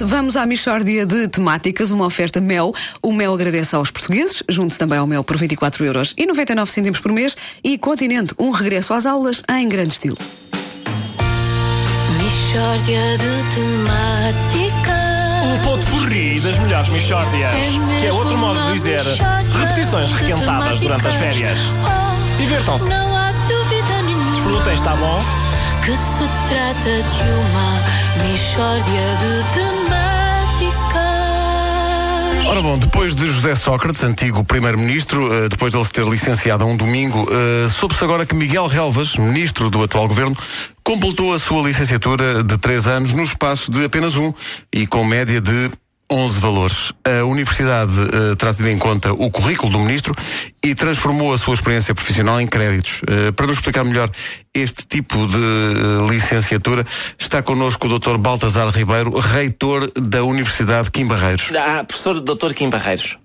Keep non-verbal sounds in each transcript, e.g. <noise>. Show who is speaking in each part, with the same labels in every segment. Speaker 1: Vamos à Michórdia de Temáticas, uma oferta Mel. O Mel agradece aos portugueses, junte-se também ao Mel por 24 euros e 99 cêntimos por mês e Continente, um regresso às aulas em grande estilo.
Speaker 2: Mishória de temáticas.
Speaker 3: O ponto porri das melhores Michórdias,
Speaker 2: mesmo
Speaker 3: que é outro modo
Speaker 2: uma
Speaker 3: de dizer
Speaker 2: mixórdia
Speaker 3: repetições
Speaker 2: de
Speaker 3: requentadas
Speaker 2: temáticas.
Speaker 3: durante as férias.
Speaker 2: Oh,
Speaker 3: Divirtam-se.
Speaker 2: Não há dúvida nenhuma
Speaker 3: Desfrutem, está bom?
Speaker 2: que se trata de uma Mishória de temáticas.
Speaker 4: Ora bom, depois de José Sócrates, antigo primeiro-ministro, eh, depois de ele se ter licenciado a um domingo, eh, soube-se agora que Miguel Relvas, ministro do atual governo, completou a sua licenciatura de três anos no espaço de apenas um e com média de 11 valores. A universidade eh, terá tido em conta o currículo do ministro e transformou a sua experiência profissional em créditos. Eh, para nos explicar melhor este tipo de eh, licenciatura, está connosco o Dr. Baltazar Ribeiro, reitor da Universidade Kim Barreiros.
Speaker 5: Ah, professor Dr. Kim Barreiros.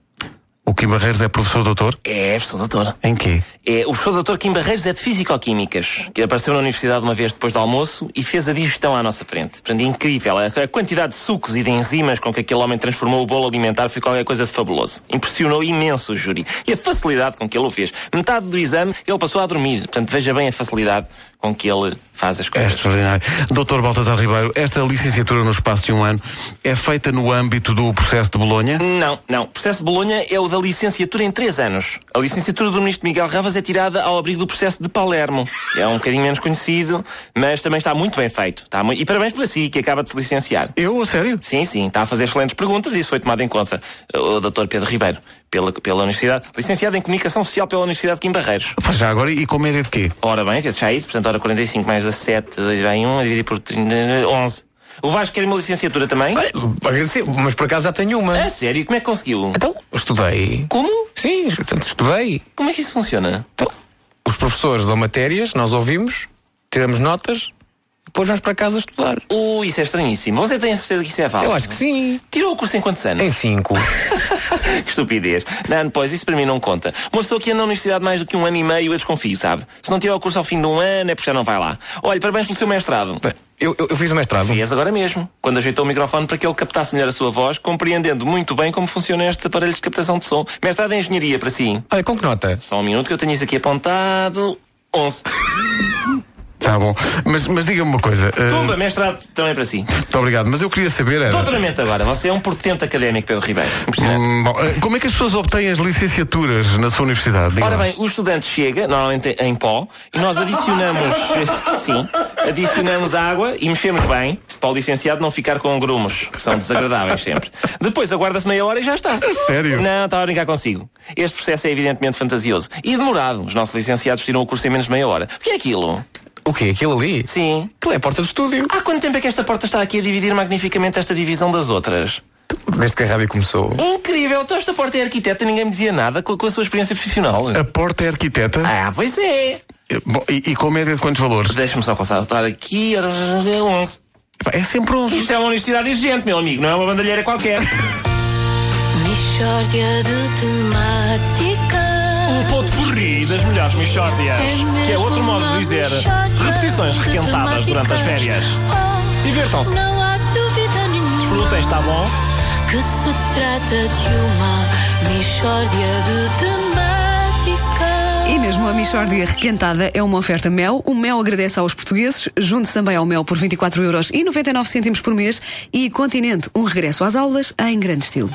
Speaker 4: O Kim Barreiros é professor doutor?
Speaker 5: É, professor doutor.
Speaker 4: Em quê?
Speaker 5: É, o professor Dr. Kim Barreiros é de Físico-Químicas, que apareceu na universidade uma vez depois do almoço e fez a digestão à nossa frente. Portanto, é incrível. A, a quantidade de sucos e de enzimas com que aquele homem transformou o bolo alimentar foi qualquer coisa de fabuloso. Impressionou imenso o júri. E a facilidade com que ele o fez. Metade do exame, ele passou a dormir. Portanto, veja bem a facilidade com que ele faz as
Speaker 4: É
Speaker 5: coisas.
Speaker 4: extraordinário. Doutor Baltazar Ribeiro, esta licenciatura no espaço de um ano é feita no âmbito do processo de Bolonha?
Speaker 5: Não, não. O processo de Bolonha é o da licenciatura em três anos. A licenciatura do ministro Miguel Ravas é tirada ao abrigo do processo de Palermo. É um bocadinho menos conhecido, mas também está muito bem feito. Está mu- E parabéns para si, que acaba de se licenciar.
Speaker 4: Eu, a sério?
Speaker 5: Sim, sim, está a fazer excelentes perguntas e isso foi tomado em conta. O Dr. Pedro Ribeiro, pela, pela Universidade, licenciado em Comunicação Social pela Universidade de Quim Barreiros.
Speaker 4: Pá, já agora, e com média de quê?
Speaker 5: Ora bem, que já é isso, portanto, ora 45 mais 17, bem 1, dividido um, por 30, 11. O Vasco quer uma licenciatura também?
Speaker 6: Olha, agradecer, mas por acaso já tenho uma.
Speaker 5: A sério, como é que conseguiu?
Speaker 6: Então, estudei.
Speaker 5: Como?
Speaker 6: Sim, portanto, estudei.
Speaker 5: Como é que isso funciona?
Speaker 6: Então, os professores dão matérias, nós ouvimos, tiramos notas, depois vamos para casa estudar.
Speaker 5: Uh, isso é estranhíssimo. Você tem a certeza que isso é válido?
Speaker 6: Eu acho que sim.
Speaker 5: Tirou o curso em quantos anos?
Speaker 6: Em cinco.
Speaker 5: <laughs> que estupidez. Não, pois, isso para mim não conta. Uma pessoa que anda na universidade mais do que um ano e meio, eu desconfio, sabe? Se não tirar o curso ao fim de um ano, é porque já não vai lá. Olha, parabéns pelo seu mestrado.
Speaker 6: Bem, eu, eu, eu fiz o mestrado.
Speaker 5: Fez agora mesmo, quando ajeitou o microfone para que ele captasse melhor a sua voz, compreendendo muito bem como funcionam estes aparelhos de captação de som. Mestrado em Engenharia, para si.
Speaker 6: Olha, com que nota?
Speaker 5: Só um minuto que eu tenho isso aqui apontado. 11.
Speaker 4: Tá bom. Mas, mas diga-me uma coisa. eh,
Speaker 5: Tumba, mestrado também para si.
Speaker 4: muito obrigado. Mas eu queria saber era.
Speaker 5: Doutoramento agora. Você é um portento académico, Pedro Ribeiro. Impressionante.
Speaker 4: Hum, bom, eh, como é que as pessoas obtêm as licenciaturas na sua universidade? Diga
Speaker 5: Ora
Speaker 4: lá.
Speaker 5: bem, o estudante chega, normalmente em pó, e
Speaker 4: <laughs>
Speaker 5: nós adicionamos, sim, adicionamos água e mexemos bem, para o licenciado não ficar com grumos, que são desagradáveis sempre. Depois aguarda-se meia hora e já está.
Speaker 4: Sério?
Speaker 5: Não, estava a brincar consigo. Este processo é evidentemente fantasioso. E demorado. Os nossos licenciados tiram o curso em menos de meia hora. O que é aquilo?
Speaker 6: O quê? Aquilo ali?
Speaker 5: Sim.
Speaker 6: Aquilo é a porta do estúdio.
Speaker 5: Há quanto tempo é que esta porta está aqui a dividir magnificamente esta divisão das outras?
Speaker 6: Desde que a rádio começou.
Speaker 5: Incrível! Então esta porta é arquiteta e ninguém me dizia nada com a, com a sua experiência profissional.
Speaker 4: A porta é arquiteta?
Speaker 5: Ah, pois é!
Speaker 4: Eh, bom, e, e com média de quantos valores?
Speaker 5: Deixa-me só consultar aqui. ora, 11.
Speaker 4: Pá, É sempre 11.
Speaker 5: Isto é uma universidade exigente, meu amigo, não é uma bandalheira qualquer.
Speaker 2: Mishória de temáticas.
Speaker 3: O ponto porri das melhores Michórdias, que é outro modo de dizer repetições requentadas durante as férias. Divirtam-se.
Speaker 2: Não há dúvida nenhuma.
Speaker 3: Desfrutem, está bom?
Speaker 2: Que se trata de uma Mishória de temáticas.
Speaker 1: E mesmo a Michórdia Requentada é uma oferta Mel. O Mel agradece aos portugueses, junte-se também ao Mel por 24 euros e 99 cêntimos por mês e Continente, um regresso às aulas em grande estilo.